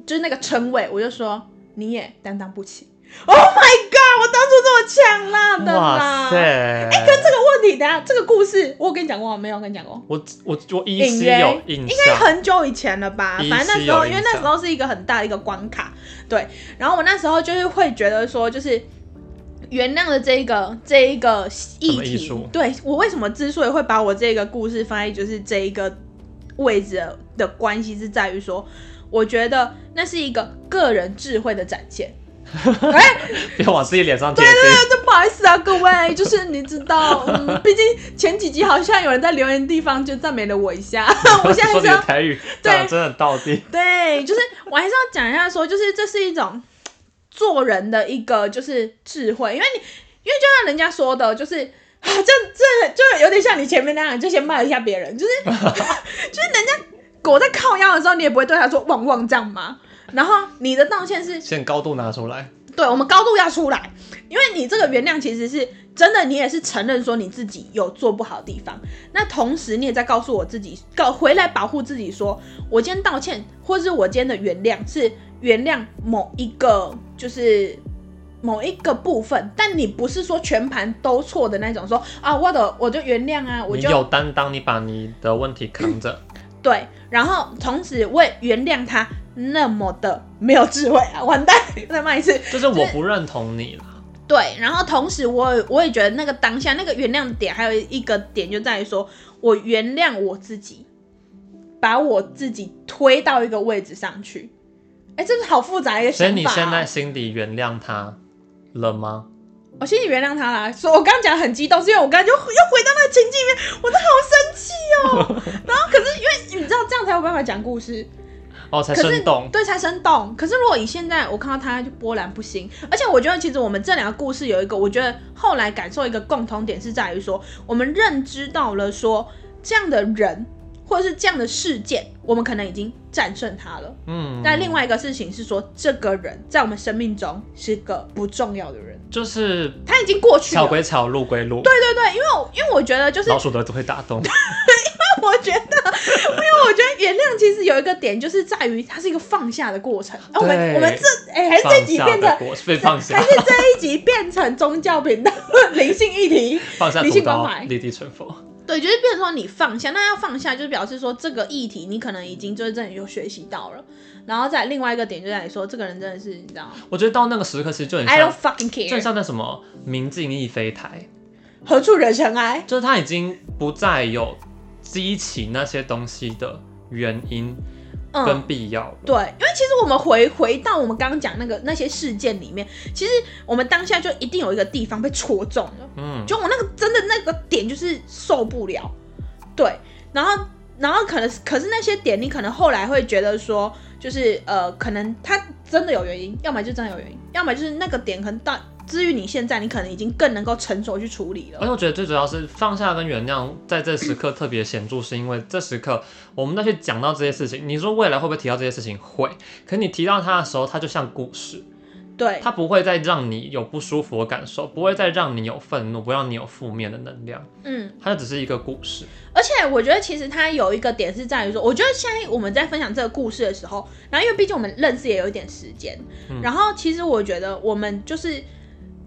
[SPEAKER 2] 就是那个称谓，我就说你也担当不起。Oh my god！我当初这么呛辣的啦
[SPEAKER 1] 哇。塞，哎、
[SPEAKER 2] 跟这个问题，等一下这个故事我有跟你讲过吗没有？我跟你讲过。
[SPEAKER 1] 我我我依
[SPEAKER 2] 隐
[SPEAKER 1] 稀
[SPEAKER 2] 约
[SPEAKER 1] 有印
[SPEAKER 2] 应该
[SPEAKER 1] 象，
[SPEAKER 2] 很久以前了吧
[SPEAKER 1] 依稀？有
[SPEAKER 2] 反正那时候，
[SPEAKER 1] 印象
[SPEAKER 2] 因为那时候是一个很大的一个关卡，对。然后我那时候就是会觉得说，就是原谅的这一个这一个
[SPEAKER 1] 什
[SPEAKER 2] 议
[SPEAKER 1] 么艺
[SPEAKER 2] 题
[SPEAKER 1] 术，
[SPEAKER 2] 对我为什么之所以会把我这个故事放在就是这一个位置的关系，是在于说，我觉得那是一个个人智慧的展 现。哎、
[SPEAKER 1] 别往自己脸上贴金。
[SPEAKER 2] 这不好意思啊，各位，就是你知道， 嗯，毕竟前几集好像有人在留言地方就赞美了我 一下，我现在
[SPEAKER 1] 说
[SPEAKER 2] 还是
[SPEAKER 1] 你
[SPEAKER 2] 要
[SPEAKER 1] 的台语
[SPEAKER 2] 对
[SPEAKER 1] 讲得真的到底，
[SPEAKER 2] 对，就是我还是要讲一下说，就是这是一种做人的一个就是智慧，因为你，因为就像人家说的，就是啊，这这就有点像你前面那样，就先骂一下别人，就是 就是人家狗在靠腰的时候，你也不会对他说汪汪这样吗？然后你的道歉是
[SPEAKER 1] 先高度拿出来，
[SPEAKER 2] 对我们高度要出来，因为你这个原谅其实是真的，你也是承认说你自己有做不好的地方，那同时你也在告诉我自己，告回来保护自己说我今天道歉，或是我今天的原谅是原谅某一个就是某一个部分，但你不是说全盘都错的那种说啊，我的我就原谅啊，我
[SPEAKER 1] 你
[SPEAKER 2] 就
[SPEAKER 1] 有担当，你把你的问题扛着，
[SPEAKER 2] 对，然后同时我也原谅他那么的没有智慧啊，完蛋， 再骂一次，
[SPEAKER 1] 就是我不认同你了。
[SPEAKER 2] 对，然后同时我也我也觉得那个当下那个原谅点，还有一个点就在于说，我原谅我自己，把我自己推到一个位置上去。哎，这是好复杂的一个
[SPEAKER 1] 所
[SPEAKER 2] 想
[SPEAKER 1] 以
[SPEAKER 2] 法、啊
[SPEAKER 1] 你现在，心底原谅他了吗？
[SPEAKER 2] 我心里原谅他啦。所以我刚刚讲很激动，是因为我刚刚就又回到那个情境里面，我真的好生气 哦。然后可是因为你知道这样才有办法讲故事，
[SPEAKER 1] 哦，才
[SPEAKER 2] 可是
[SPEAKER 1] 生动，
[SPEAKER 2] 对，才生动。可是如果以现在我看到他就波澜不兴，而且我觉得其实我们这两个故事有一个，我觉得后来感受一个共同点是在于说，我们认知到了说这样的人或者是这样的事件，我们可能已经战胜他了。
[SPEAKER 1] 嗯。
[SPEAKER 2] 但另外一个事情是说，这个人在我们生命中是个不重要的人，
[SPEAKER 1] 就是
[SPEAKER 2] 他已经过去了。
[SPEAKER 1] 草
[SPEAKER 2] 对
[SPEAKER 1] 归草，路归路。对对，
[SPEAKER 2] 对对，因为我因为我觉得就是
[SPEAKER 1] 老鼠的都会打洞。
[SPEAKER 2] 我觉得， 因为我觉得原谅其实有一个点，就是在于它是一个放下的过程。啊、我们
[SPEAKER 1] 对
[SPEAKER 2] 我们这哎、还是这集
[SPEAKER 1] 放下
[SPEAKER 2] 变成
[SPEAKER 1] 的果被放下
[SPEAKER 2] 还，是这一集变成宗教频道灵性议题？
[SPEAKER 1] 放下
[SPEAKER 2] 理性
[SPEAKER 1] 屠刀
[SPEAKER 2] 关怀，
[SPEAKER 1] 立地成佛。
[SPEAKER 2] 对，就是变成说你放下，那要放下就表示说这个议题你可能已经就是真的有学习到了，然后再另外一个点就在于说这个人真的是你知道吗
[SPEAKER 1] 我觉得到那个时刻，其实就很
[SPEAKER 2] ？I don't
[SPEAKER 1] 像，就
[SPEAKER 2] fucking
[SPEAKER 1] 很
[SPEAKER 2] care，
[SPEAKER 1] 像那什么“明镜亦非台
[SPEAKER 2] 何处惹尘埃”，？
[SPEAKER 1] 就是他已经不再有激起那些东西的原因
[SPEAKER 2] 嗯
[SPEAKER 1] 跟。必要了。
[SPEAKER 2] 对，因为其实我们回回到我们刚刚讲那个那些事件里面，其实我们当下就一定有一个地方被戳中了。
[SPEAKER 1] 嗯，
[SPEAKER 2] 就我那个真的那个点就是受不了，对，然后然后可能可是那些点，你可能后来会觉得说，就是呃，可能他真的有原因，要么就真的有原因，要么就是那个点可能到至于你现在，你可能已经更能够成熟去处理
[SPEAKER 1] 而
[SPEAKER 2] 了。
[SPEAKER 1] 且我觉得最主要是放下跟原谅，在这时刻特别显著，是因为这时刻我们再去讲到这些事情，你说未来会不会提到这些事情？会，可你提到它的时候，它就像故事，
[SPEAKER 2] 对，
[SPEAKER 1] 它不会再让你有不舒服的感受，不会再让你有愤怒，不让你有负面的能量，
[SPEAKER 2] 嗯，
[SPEAKER 1] 它就只是一个故事。
[SPEAKER 2] 而且我觉得其实它有一个点是在于说，我觉得现在我们在分享这个故事的时候，然后因为毕竟我们认识也有一点时间，
[SPEAKER 1] 嗯
[SPEAKER 2] 然后其实我觉得我们就是。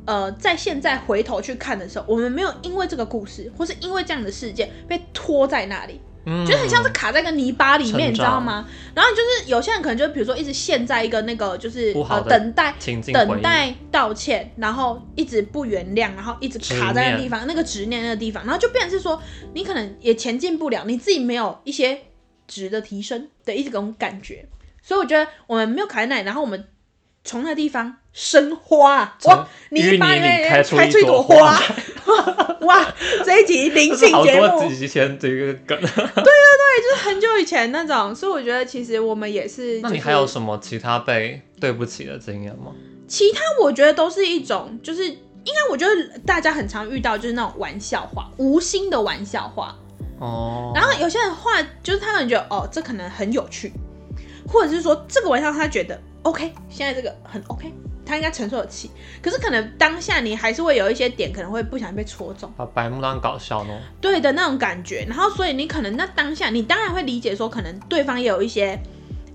[SPEAKER 2] 呃，在现在回头去看的时候，我们没有因为这个故事，或是因为这样的事件被拖在那里，
[SPEAKER 1] 嗯，
[SPEAKER 2] 就很像是卡在一个泥巴里面，
[SPEAKER 1] 成长
[SPEAKER 2] 你知道吗？然后就是有些人可能就比如说一直陷在一个那个就是
[SPEAKER 1] 不好
[SPEAKER 2] 呃
[SPEAKER 1] 的
[SPEAKER 2] 等待。
[SPEAKER 1] 情境回
[SPEAKER 2] 等
[SPEAKER 1] 忆。
[SPEAKER 2] 待道歉，然后一直不原谅，然后一直卡在那个地方，那个执念那个地方，然后就变成是说，你可能也前进不了，你自己没有一些值的提升的一种感觉，所以我觉得我们没有卡在那里，然后我们从那地方生花啊，
[SPEAKER 1] 从
[SPEAKER 2] 哇，泥巴
[SPEAKER 1] 淤泥里开
[SPEAKER 2] 开
[SPEAKER 1] 出一
[SPEAKER 2] 一
[SPEAKER 1] 朵
[SPEAKER 2] 朵花， 哇，这一集灵
[SPEAKER 1] 这
[SPEAKER 2] 性
[SPEAKER 1] 是好
[SPEAKER 2] 节目，
[SPEAKER 1] 多集前的一个梗。
[SPEAKER 2] 就是很久以前那种，所以我觉得其实我们也是、
[SPEAKER 1] 那
[SPEAKER 2] 就是
[SPEAKER 1] 你还有什么其他被对不起的经验吗？
[SPEAKER 2] 其他？我觉得都是一种，就是应该我觉得大家很常遇到就是那种玩笑话，无心的玩笑话。
[SPEAKER 1] 哦，
[SPEAKER 2] 然后有些人话就是他们觉得哦，这可能很有趣，或者是说这个玩笑他觉得 OK，现在这个很 OK，他应该承受得起。可是可能当下你还是会有一些点可能会不小心被戳中。
[SPEAKER 1] 把白木当搞笑呢？
[SPEAKER 2] 对的那种感觉。然后，所以你可能那当下，你当然会理解说，可能对方也有一些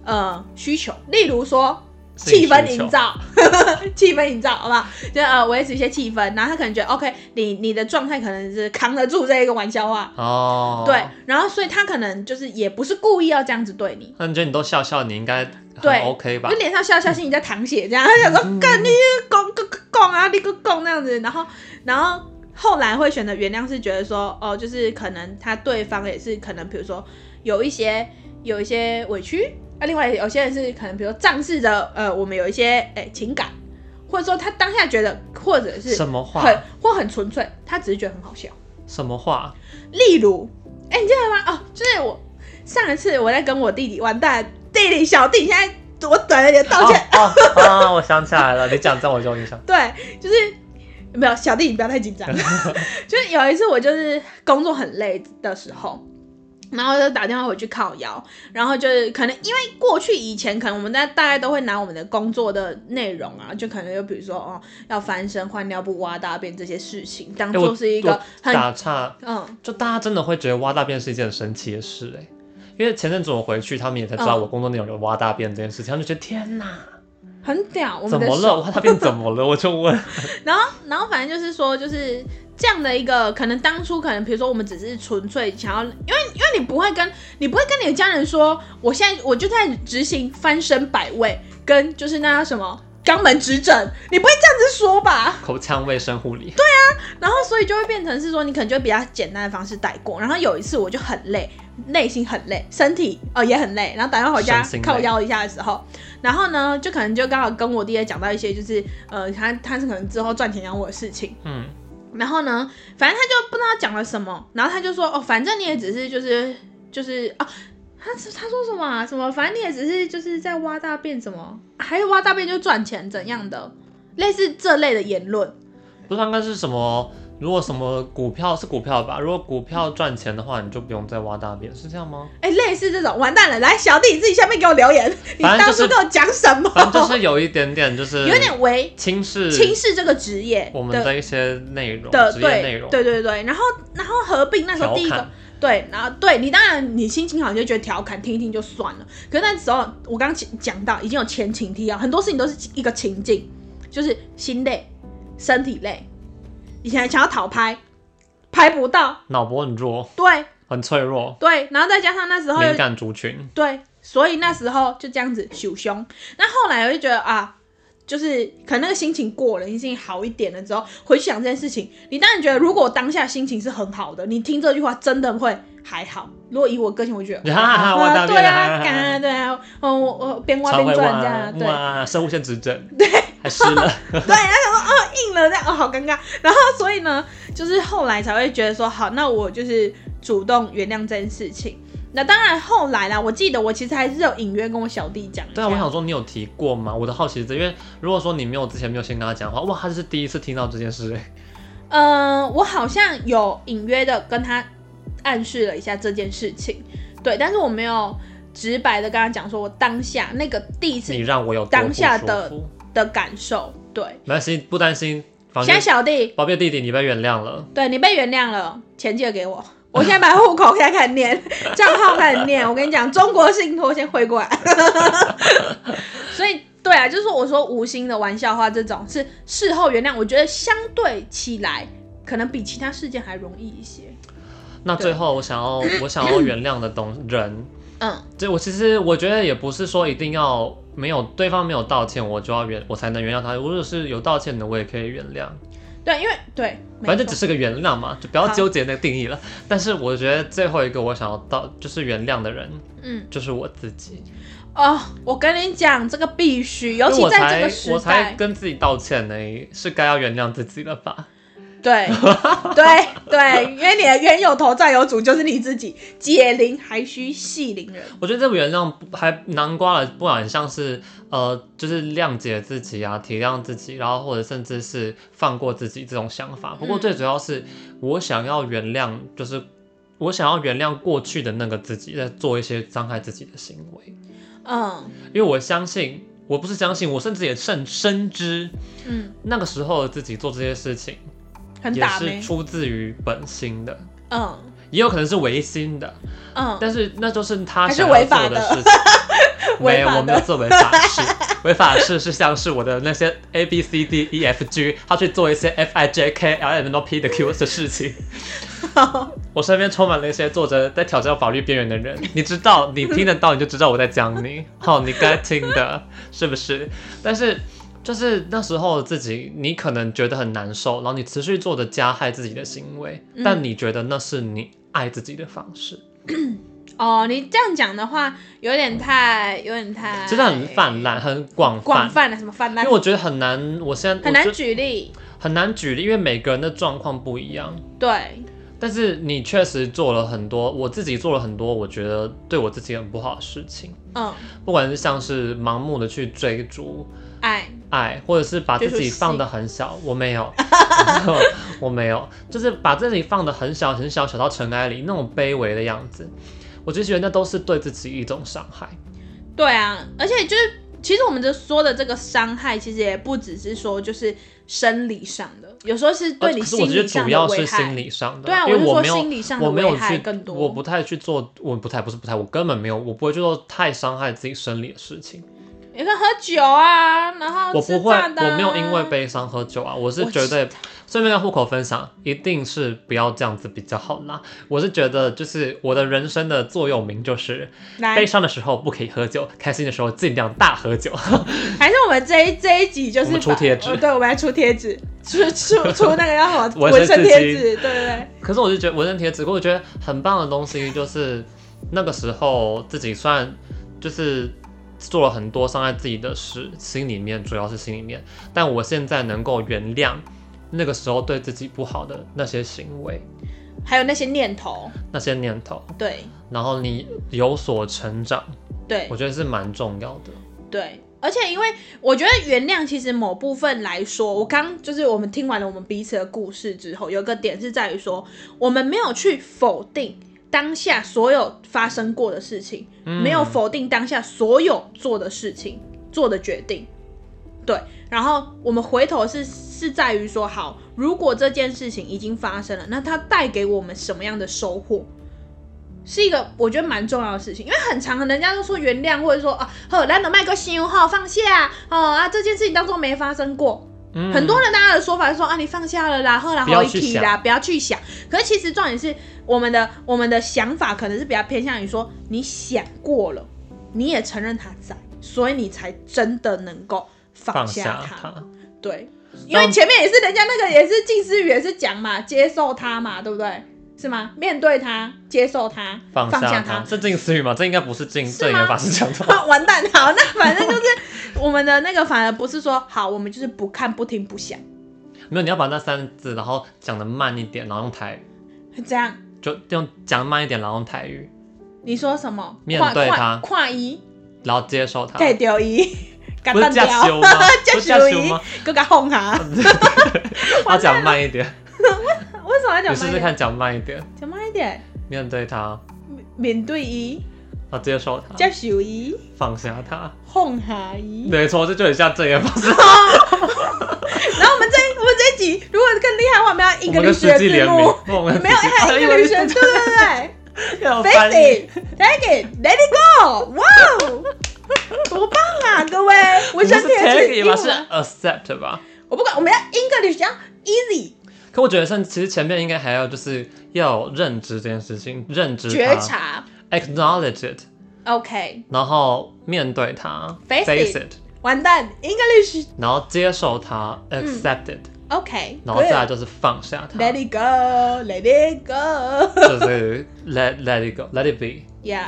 [SPEAKER 2] 呃需求，例如说
[SPEAKER 1] 自己
[SPEAKER 2] 气氛
[SPEAKER 1] 需求
[SPEAKER 2] 营造， 气氛营造，好不好？就呃维持一些气氛，然后他可能觉得 OK，你你的状态可能是扛得住这一个玩笑话。
[SPEAKER 1] 哦，
[SPEAKER 2] 对，然后所以他可能就是也不是故意要这样子对你，
[SPEAKER 1] 那你觉得你都笑笑，你应该很
[SPEAKER 2] 对
[SPEAKER 1] OK 吧
[SPEAKER 2] 就？脸上笑笑，心里在淌血，这样 他想说，干你拱拱拱啊，你个拱那样子，然后然后后来会选择原谅，是觉得说，哦，就是可能他对方也是可能，比如说有一些有一些委屈，啊，另外有些人是可能，比如说仗势着，呃，我们有一些哎、情感，或者说他当下觉得，或者是
[SPEAKER 1] 什么话？
[SPEAKER 2] 很或很纯粹，他只是觉得很好笑。
[SPEAKER 1] 什么话？
[SPEAKER 2] 例如，哎、你记得吗？哦，就是我上一次我在跟我弟弟完蛋，弟弟小弟，你现在我等了点道歉。
[SPEAKER 1] 哦哦啊！我想起来了，你讲这我就有印象。
[SPEAKER 2] 对，就是没有小弟，你不要 太紧张。就是有一次我就是工作很累的时候，然后就打电话回去靠腰，然后就是可能因为过去以前可能我们在大概都会拿我们的工作的内容啊，就可能就比如说哦要翻身、换尿布、挖大便这些事情，当
[SPEAKER 1] 哎我
[SPEAKER 2] 做是一个
[SPEAKER 1] 我
[SPEAKER 2] 很、
[SPEAKER 1] 打岔，
[SPEAKER 2] 嗯
[SPEAKER 1] 就大家真的会觉得挖大便是一件很神奇的事哎、因为前阵子我回去，他们也才知道
[SPEAKER 2] 嗯
[SPEAKER 1] 我工作内容有挖大便这件事情，他们就觉得天哪，
[SPEAKER 2] 很屌，我
[SPEAKER 1] 怎
[SPEAKER 2] 们的
[SPEAKER 1] 么了？挖大便怎么了？我就问，
[SPEAKER 2] 然后，然后反正就是说，就是这样的一个可能，当初可能比如说我们只是纯粹想要，因为因为你不会跟你不会跟你的家人说，我现在我就在执行翻身百位，跟就是那叫什么肛门指诊，你不会这样子说吧？
[SPEAKER 1] 口腔卫生护理，
[SPEAKER 2] 然后所以就会变成是说，你可能就会比较简单的方式带过。然后有一次我就很累，内心很累，身体呃也很累，然后打电话回家
[SPEAKER 1] 身心累
[SPEAKER 2] 靠腰一下的时候，然后呢就可能就刚好跟我弟也讲到一些就是呃他他是可能之后赚钱养我的事情。
[SPEAKER 1] 嗯，
[SPEAKER 2] 然后呢，反正他就不知道讲了什么，然后他就说哦，反正你也只是就是就是啊，他是他说什么啊、什么，反正你也只是就是在挖大便什么，还有挖大便就赚钱怎样的，类似这类的言论。
[SPEAKER 1] 不是刚刚是什么？如果什么股票是股票吧，如果股票赚钱的话，你就不用再挖大便，是这样 吗？
[SPEAKER 2] 哎，类似这种，完蛋了！来，小弟你自己下面给我留言，你
[SPEAKER 1] 反正
[SPEAKER 2] 当
[SPEAKER 1] 就是
[SPEAKER 2] 初跟我讲什么？
[SPEAKER 1] 反正就是有一点点，就是
[SPEAKER 2] 有点为
[SPEAKER 1] 轻视
[SPEAKER 2] 轻视这个职业
[SPEAKER 1] 我们
[SPEAKER 2] 的
[SPEAKER 1] 的一些内容，
[SPEAKER 2] 的
[SPEAKER 1] 职业
[SPEAKER 2] 对
[SPEAKER 1] 内容，
[SPEAKER 2] 对对对，然后然后合并那时候第一
[SPEAKER 1] 调
[SPEAKER 2] 个
[SPEAKER 1] 侃
[SPEAKER 2] 对，然后对你当然你心情好你就觉得调侃听一听就算了，可是那时候我刚刚讲到已经有前情提要，很多事情都是一个情境，就是心累、身体累，以前想要讨拍，拍不到，
[SPEAKER 1] 脑波很弱，
[SPEAKER 2] 对
[SPEAKER 1] 很脆弱，
[SPEAKER 2] 对，然后再加上那时候又
[SPEAKER 1] 敏感族群。
[SPEAKER 2] 对，所以那时候就这样子羞胸。那后来我就觉得啊，就是可能那个心情过了，你心情好一点了之后，回去想这件事情，你当然觉得，如果我当下心情是很好的，你听这句话真的会还好。如果以我个性，我觉 得。
[SPEAKER 1] 哈哈，挖大
[SPEAKER 2] 对
[SPEAKER 1] 便
[SPEAKER 2] 啊，干啊，对啊，嗯，我我边挖
[SPEAKER 1] 超
[SPEAKER 2] 边
[SPEAKER 1] 会
[SPEAKER 2] 转这样啊，
[SPEAKER 1] 挖，
[SPEAKER 2] 对，
[SPEAKER 1] 哇，生物线指 诊，对，还湿了，
[SPEAKER 2] 对，然后想说哦硬了这样哦好尴尬，
[SPEAKER 1] 啊
[SPEAKER 2] 然后所以呢，就是后来才会觉得说好，那我就是主动原谅这件事情。那当然，后来啦，我记得我其实还是有隐约跟我小弟讲一下。
[SPEAKER 1] 对啊，我想说你有提过吗？我的好奇是这，因为如果说你没有之前没有先跟他讲的话，哇，他就是第一次听到这件事、欸，
[SPEAKER 2] 嗯，我好像有隐约的跟他暗示了一下这件事情，对，但是我没有直白的跟他讲说我当下那个第一次
[SPEAKER 1] 你让我有多
[SPEAKER 2] 当下
[SPEAKER 1] 不舒
[SPEAKER 2] 的
[SPEAKER 1] 服
[SPEAKER 2] 的感受。对，
[SPEAKER 1] 没关系，不担心。宝
[SPEAKER 2] 现
[SPEAKER 1] 贝
[SPEAKER 2] 在，小弟，
[SPEAKER 1] 宝贝弟弟，你被原谅了。
[SPEAKER 2] 对你被原谅了，钱借给我。我现在把户口现在开始念，账号开始念。我跟你讲，中国信托先汇过来。所以，对啊，就是我说无心的玩笑话这种是事后原谅，我觉得相对起来，可能比其他事件还容易一些。
[SPEAKER 1] 那最后，我想 要我想要原谅的东人，
[SPEAKER 2] 嗯，
[SPEAKER 1] 这我其实我觉得也不是说一定要没有对方没有道歉，我就要原我才能原谅他。如果是有道歉的，我也可以原谅。
[SPEAKER 2] 对，因为对，没
[SPEAKER 1] 反正
[SPEAKER 2] 错
[SPEAKER 1] 只是个原谅嘛，就不要
[SPEAKER 2] 好
[SPEAKER 1] 纠结那个定义了。但是我觉得最后一个我想要到就是原谅的人，
[SPEAKER 2] 嗯
[SPEAKER 1] 就是我自己。
[SPEAKER 2] 哦，我跟你讲，这个必须，尤
[SPEAKER 1] 因为
[SPEAKER 2] 其
[SPEAKER 1] 我
[SPEAKER 2] 在这
[SPEAKER 1] 才
[SPEAKER 2] 个时
[SPEAKER 1] 我才
[SPEAKER 2] 代，
[SPEAKER 1] 跟自己道歉呢，是该要原谅自己了吧？
[SPEAKER 2] 对对对，因为你的冤有头债有主就是你自己，解铃还需系铃人。
[SPEAKER 1] 我觉得这个原谅还南瓜了，不管像是呃，就是谅解自己啊，体谅自己，然后或者甚至是放过自己这种想法。不过
[SPEAKER 2] 嗯
[SPEAKER 1] 最主要是我想要原谅，就是我想要原谅过去的那个自己，在做一些伤害自己的行为，
[SPEAKER 2] 嗯
[SPEAKER 1] 因为我相信，我不是相信，我甚至也甚深知
[SPEAKER 2] 嗯，
[SPEAKER 1] 那个时候的自己做这些事情
[SPEAKER 2] 很
[SPEAKER 1] 也
[SPEAKER 2] 打
[SPEAKER 1] 是
[SPEAKER 2] 没，
[SPEAKER 1] 出自于本心的，
[SPEAKER 2] 嗯
[SPEAKER 1] 也有可能是违心的。
[SPEAKER 2] 嗯，
[SPEAKER 1] 但是那就是他
[SPEAKER 2] 还是
[SPEAKER 1] 想要
[SPEAKER 2] 违
[SPEAKER 1] 做
[SPEAKER 2] 法
[SPEAKER 1] 的
[SPEAKER 2] 的
[SPEAKER 1] 事情。没
[SPEAKER 2] 违
[SPEAKER 1] 有，
[SPEAKER 2] 法
[SPEAKER 1] 我没有
[SPEAKER 2] 的
[SPEAKER 1] 做违法事，违法事是像是我的那些 A B C D E F G，他去做一些 F I J K L M N O P 的 Q 的事 情。我身边充满了一些做着在挑战法律边缘的人，你知道，你听得到，你就知道我在讲 你。好，你该听的，是不是？但是就是那时候自己，你可能觉得很难受，然后你持续做着加害自己的行为，
[SPEAKER 2] 嗯
[SPEAKER 1] 但你觉得那是你爱自己的方式。
[SPEAKER 2] 哦，你这样讲的话，有点太，有点太，
[SPEAKER 1] 真的很泛滥，很广
[SPEAKER 2] 哎广
[SPEAKER 1] 泛。
[SPEAKER 2] 泛了，什么泛
[SPEAKER 1] 因
[SPEAKER 2] 滥
[SPEAKER 1] 为，我觉得很难，我现在我
[SPEAKER 2] 很难
[SPEAKER 1] 就
[SPEAKER 2] 举例。
[SPEAKER 1] 很难举例，因为每个人的状况不一样。
[SPEAKER 2] 对，
[SPEAKER 1] 但是你确实做了很多，我自己做了很多，我觉得对我自己很不好的事情，
[SPEAKER 2] 嗯，
[SPEAKER 1] 不管是像是盲目的去追逐
[SPEAKER 2] 爱，
[SPEAKER 1] 爱，或者是把自
[SPEAKER 2] 追
[SPEAKER 1] 己
[SPEAKER 2] 逐性
[SPEAKER 1] 放得很小，我没 有，我没有，就是把自己放得很小很小，小到尘埃里那种卑微的样子，我就觉得那都是对自己一种伤害。
[SPEAKER 2] 对啊，而且就是，其实我们这说的这个伤害，其实也不只是说就是生理上的，有时候是对你
[SPEAKER 1] 呃可是我
[SPEAKER 2] 心
[SPEAKER 1] 觉
[SPEAKER 2] 理
[SPEAKER 1] 得主
[SPEAKER 2] 上
[SPEAKER 1] 要
[SPEAKER 2] 的
[SPEAKER 1] 是
[SPEAKER 2] 危
[SPEAKER 1] 心
[SPEAKER 2] 害。
[SPEAKER 1] 理上的，
[SPEAKER 2] 对啊，
[SPEAKER 1] 因
[SPEAKER 2] 我
[SPEAKER 1] 为
[SPEAKER 2] 就
[SPEAKER 1] 我
[SPEAKER 2] 说
[SPEAKER 1] 没有
[SPEAKER 2] 心理上的
[SPEAKER 1] 我没有
[SPEAKER 2] 危害
[SPEAKER 1] 去
[SPEAKER 2] 更多。
[SPEAKER 1] 我不太去做，我不太不是不太，我根本没有，我不会去做太伤害自己生理的事情。
[SPEAKER 2] 你看喝酒啊，然后
[SPEAKER 1] 我
[SPEAKER 2] 吃
[SPEAKER 1] 不会，
[SPEAKER 2] 炸的啊
[SPEAKER 1] 我没有因为悲伤喝酒啊，我是
[SPEAKER 2] 我
[SPEAKER 1] 绝
[SPEAKER 2] 知
[SPEAKER 1] 对。顺便跟户口分享，一定是不要这样子比较好啦。我是觉得，就是我的人生的座右铭就是，
[SPEAKER 2] 来
[SPEAKER 1] 悲，伤的时候不可以喝酒，开心的时候尽量大喝酒。
[SPEAKER 2] 还是我们这一这一集就是
[SPEAKER 1] 我们出
[SPEAKER 2] 把
[SPEAKER 1] 贴纸
[SPEAKER 2] 呃对，我们来出贴纸，出出出那个叫什 么
[SPEAKER 1] 纹身
[SPEAKER 2] 纹身
[SPEAKER 1] 刺
[SPEAKER 2] 贴
[SPEAKER 1] 青
[SPEAKER 2] 纸，对对对，
[SPEAKER 1] 可是我就觉得纹身贴纸，不过我觉得很棒的东西就是那个时候自己虽然就是做了很多伤害自己的事，心里面主要是心里面，但我现在能够原谅那个时候对自己不好的那些行为、
[SPEAKER 2] 还有那些念头，
[SPEAKER 1] 那些念头，
[SPEAKER 2] 对
[SPEAKER 1] 然后你有所成长，
[SPEAKER 2] 对
[SPEAKER 1] 我觉得是蛮重要的。
[SPEAKER 2] 对。而且，因为我觉得原谅其实某部分来说，我刚就是我们听完了我们彼此的故事之后，有个点是在于说，我们没有去否定当下所有发生过的事情，
[SPEAKER 1] 嗯
[SPEAKER 2] 没有否定当下所有做的事情、做的决定。对，然后我们回头是是在于说，好，如果这件事情已经发生了，那它带给我们什么样的收获，是一个我觉得蛮重要的事情。因为很长，人家都说原谅，或者说啊，呵，难得麦克心哈放下哦啊，这件事情当中没发生过。
[SPEAKER 1] 嗯
[SPEAKER 2] 很多人大家的说法是说啊，你放下了啦，后来
[SPEAKER 1] 不要
[SPEAKER 2] 好一
[SPEAKER 1] 去
[SPEAKER 2] 体啦，不要去想。可是其实重点是，我们的我们的想法可能是比较偏向于说，你想过了，你也承认它在，所以你才真的能够
[SPEAKER 1] 放
[SPEAKER 2] 放下它。
[SPEAKER 1] 它，
[SPEAKER 2] 对，因为前面也是人家那个也是近思语也是讲嘛，接受它嘛，对不对？是吗？面对它，接受它，
[SPEAKER 1] 放
[SPEAKER 2] 下
[SPEAKER 1] 它，这近思语吗？这应该不是近，这应该
[SPEAKER 2] 吗
[SPEAKER 1] 法师讲的。
[SPEAKER 2] 啊 完蛋，好，那反正就是我们的那个，反而不是说好，我们就是不看、不听、不想，
[SPEAKER 1] 没有，你要把那三个字，然后讲的慢一点，然后用台语。
[SPEAKER 2] 这样
[SPEAKER 1] 就用讲慢一点，然后用台语。
[SPEAKER 2] 你说什么？
[SPEAKER 1] 面
[SPEAKER 2] 跨
[SPEAKER 1] 对
[SPEAKER 2] 跨
[SPEAKER 1] 他
[SPEAKER 2] 跨一，
[SPEAKER 1] 然后接受它。
[SPEAKER 2] 再丢一，给
[SPEAKER 1] 不是
[SPEAKER 2] 断
[SPEAKER 1] 假
[SPEAKER 2] 掉？
[SPEAKER 1] 修吗 不是
[SPEAKER 2] 加
[SPEAKER 1] 假修
[SPEAKER 2] 修一
[SPEAKER 1] 吗？，嗯
[SPEAKER 2] 搁个哄下。
[SPEAKER 1] 他讲慢一 点，
[SPEAKER 2] 为什么要
[SPEAKER 1] 你
[SPEAKER 2] 讲
[SPEAKER 1] 试
[SPEAKER 2] 慢一
[SPEAKER 1] 试
[SPEAKER 2] 点？
[SPEAKER 1] 看讲慢一点，
[SPEAKER 2] 讲慢一点，
[SPEAKER 1] 面对它，
[SPEAKER 2] 面面对伊，
[SPEAKER 1] 啊，接受它，
[SPEAKER 2] 接受伊，
[SPEAKER 1] 放下它。
[SPEAKER 2] 哄下伊。
[SPEAKER 1] 没错，这就很像正言方式。
[SPEAKER 2] 然后我们这一我们这一集如果更厉害的话，我们要
[SPEAKER 1] 我
[SPEAKER 2] 英
[SPEAKER 1] 们
[SPEAKER 2] 格
[SPEAKER 1] 跟
[SPEAKER 2] 律
[SPEAKER 1] 实
[SPEAKER 2] 学
[SPEAKER 1] 际
[SPEAKER 2] 字
[SPEAKER 1] 联
[SPEAKER 2] 幕
[SPEAKER 1] 名，，我们
[SPEAKER 2] 没有还 有英格律学，对对对
[SPEAKER 1] 要
[SPEAKER 2] 对
[SPEAKER 1] 翻译
[SPEAKER 2] ，Face it，Take it，Let it go，哇哦，多棒啊， 各位！
[SPEAKER 1] 不
[SPEAKER 2] 纹
[SPEAKER 1] 是
[SPEAKER 2] 身贴是
[SPEAKER 1] take
[SPEAKER 2] 英
[SPEAKER 1] it 吧，是
[SPEAKER 2] 文，
[SPEAKER 1] accept 吧。
[SPEAKER 2] 我不管，我们要 English 要 easy，
[SPEAKER 1] 可我觉得，像其实前面应该还要就是要有认知这件事情，认知它
[SPEAKER 2] 觉察
[SPEAKER 1] ，acknowledge it，
[SPEAKER 2] ，OK，
[SPEAKER 1] 然后面对它
[SPEAKER 2] Face
[SPEAKER 1] ，face
[SPEAKER 2] it
[SPEAKER 1] it，
[SPEAKER 2] 完蛋，English
[SPEAKER 1] 然后接受它，accept it，
[SPEAKER 2] OK，
[SPEAKER 1] 然后再啊来就是放下它，
[SPEAKER 2] 嗯 Let it go，Let it go，Yeah，
[SPEAKER 1] 就是 let let it go，let it be。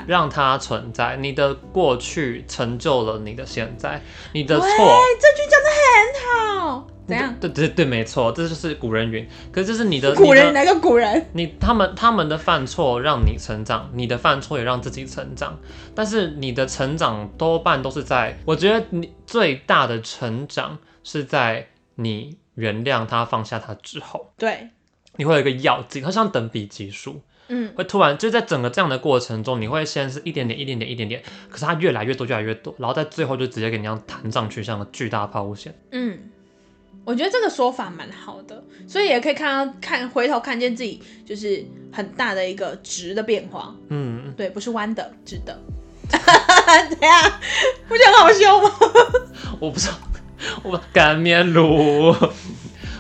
[SPEAKER 1] 让它存在。你的过去成就了你的现在，你的
[SPEAKER 2] 喂，
[SPEAKER 1] 错，
[SPEAKER 2] 这句讲的很好，怎样？
[SPEAKER 1] 对对对，没错，这就是古人云。可是这是你的
[SPEAKER 2] 古人
[SPEAKER 1] 你的
[SPEAKER 2] 哪个古人？
[SPEAKER 1] 你他们他们的犯错让你成长，你的犯错也让自己成长，但是你的成长多半都是在，我觉得你最大的成长是在你原谅他、放下他之后，
[SPEAKER 2] 对，
[SPEAKER 1] 你会有一个要劲，它像等比级数，
[SPEAKER 2] 嗯，
[SPEAKER 1] 会突然就在整个这样的过程中，你会先是一点点、一点点、一点点，可是它越来越多、越来越多，然后在最后就直接给你这样弹上去，像个巨大的抛物线。
[SPEAKER 2] 嗯，我觉得这个说法蛮好的，所以也可以看到看回头看见自己就是很大的一个值的变化，
[SPEAKER 1] 嗯，
[SPEAKER 2] 对，不是弯的，直的。 怎样？不觉得很好笑吗？
[SPEAKER 1] 我不知道， 我擀面乳。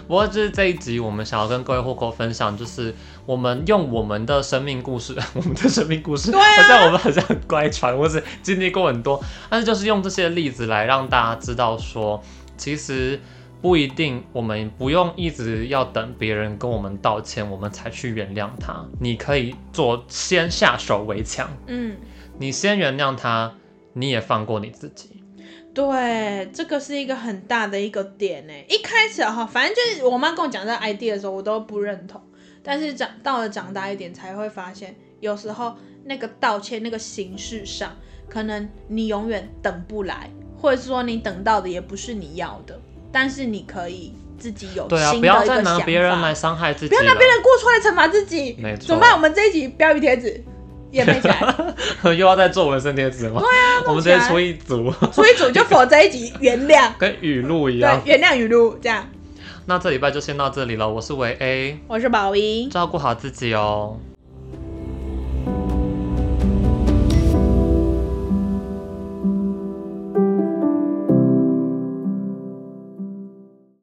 [SPEAKER 1] 不过就是这一集，我们想要跟各位户口分享，就是我们用我们的生命故事， 我们的生命故事，
[SPEAKER 2] 对啊
[SPEAKER 1] 好像我们好像很乖传， 或是经历过很多，但是就是用这些例子来让大家知道说，其实不一定，我们不用一直要等别人跟我们道歉，我们才去原谅他。你可以做先下手为强，
[SPEAKER 2] 嗯，
[SPEAKER 1] 你先原谅他，你也放过你自己。
[SPEAKER 2] 对，这个是一个很大的一个点呢。一开始哈，反正就是我妈跟我讲这个 idea 的时候，我都不认同。但是长到了长大一点，才会发现，有时候那个道歉那个形式上，可能你永远等不来，或者是说你等到的也不是你要的，但是你可以自己有
[SPEAKER 1] 对啊，
[SPEAKER 2] 新
[SPEAKER 1] 不
[SPEAKER 2] 的一
[SPEAKER 1] 要
[SPEAKER 2] 个
[SPEAKER 1] 再
[SPEAKER 2] 想
[SPEAKER 1] 拿
[SPEAKER 2] 法。
[SPEAKER 1] 别人来伤害自己
[SPEAKER 2] 不要
[SPEAKER 1] 了。
[SPEAKER 2] 拿别人过错来惩罚自己。
[SPEAKER 1] 没错
[SPEAKER 2] 怎么办？我们这一集标语贴纸也配起来，
[SPEAKER 1] 又要再做纹身贴纸吗？对啊， 我们直接出一组，
[SPEAKER 2] 所以组就否这一集原 谅，
[SPEAKER 1] 跟语录一
[SPEAKER 2] 对
[SPEAKER 1] 样，。
[SPEAKER 2] 原谅语录这样。
[SPEAKER 1] 那这礼拜就先到这里了，我是维 A，
[SPEAKER 2] 我是宝仪，
[SPEAKER 1] 照顾好自己哦。